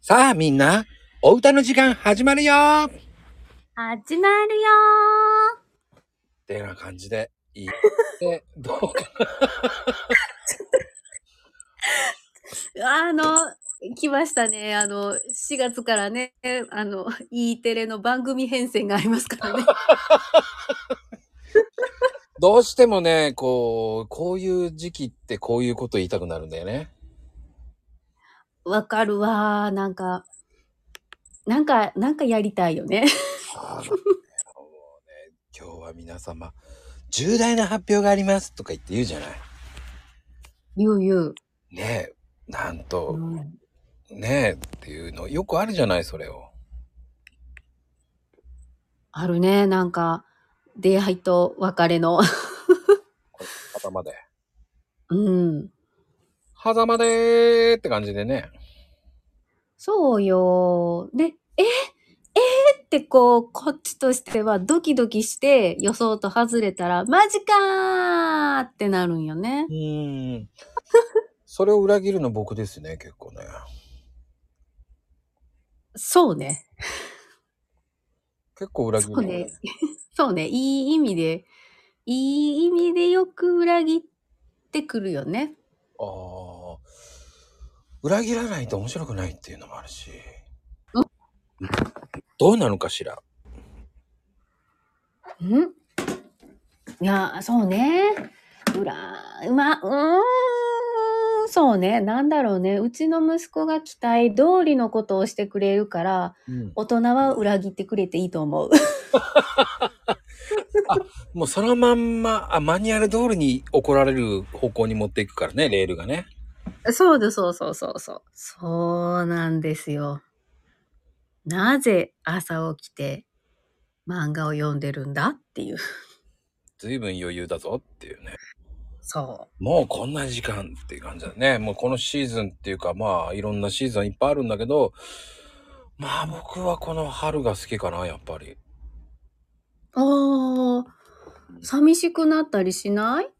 さあみんな、お歌の時間始まるよーっ始まるよてな感じで、いい。 で、どうか。ーあの、来ましたね。あの、4月からね、あの、E テレの番組編成がありますから ね。どうしてもね、こう、こういう時期ってこういうこと言いたくなるんだよね。わかるわー。なんか、なんか、なんかやりたいよね。あーもうね、今日は皆様、重大な発表がありますとか言って言うじゃない。ゆうゆねえ、なんう。と、うんねえっていうの、よくあるじゃない、それを。あるね。なんか、出会いと別れの。狭間で。うん。狭間でーって感じでね。そうよー。で、えええってこう、こっちとしてはドキドキして予想と外れたら、マジかーってなるんよねう。ーん。それを裏切るの僕ですね、結構ね。そうね。結構裏切るそうの。ね。 そうね。いい意味で、いい意味でよく裏切ってくるよね。ああ。裏切らないと面白くないっていうのもあるし。どうなのかしら。んいや、そうね。裏、ま、うーん、そうね。なんだろうね。うちの息子が期待通りのことをしてくれるから、うん、大人は裏切ってくれていいと思う。もうそのまんまあ、マニュアル通りに怒られる方向に持っていくからね、レールがね。 そうだ、そうそうそうそう。そうなんですよ。なぜ朝起きて漫画を読んでるんだっていう。随分余裕だぞっていうね。そもうこんな時間っていう感じだね。もうこのシーズンっていうか、まあ、いろんなシーズンいっぱいあるんだけど、まあ僕はこの春が好きかな、やっぱり。う。ああ、寂しくなったりしない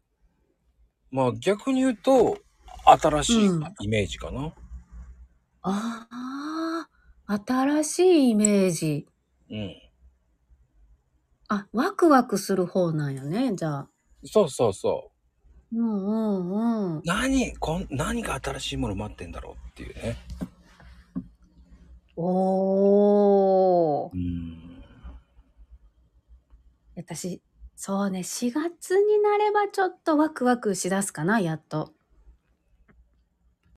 まあ逆に言うと、新しいうんイメージかな。ああ、新しいイメージ。うんあ、ワクワクする方なんやね、じゃあ。そうそうそう。うんうんうん。何こん何が新しいもの待ってんだろうっていうね。おー。うん。私、そうね、4月になればちょっとワクワクしだすかな、やっと。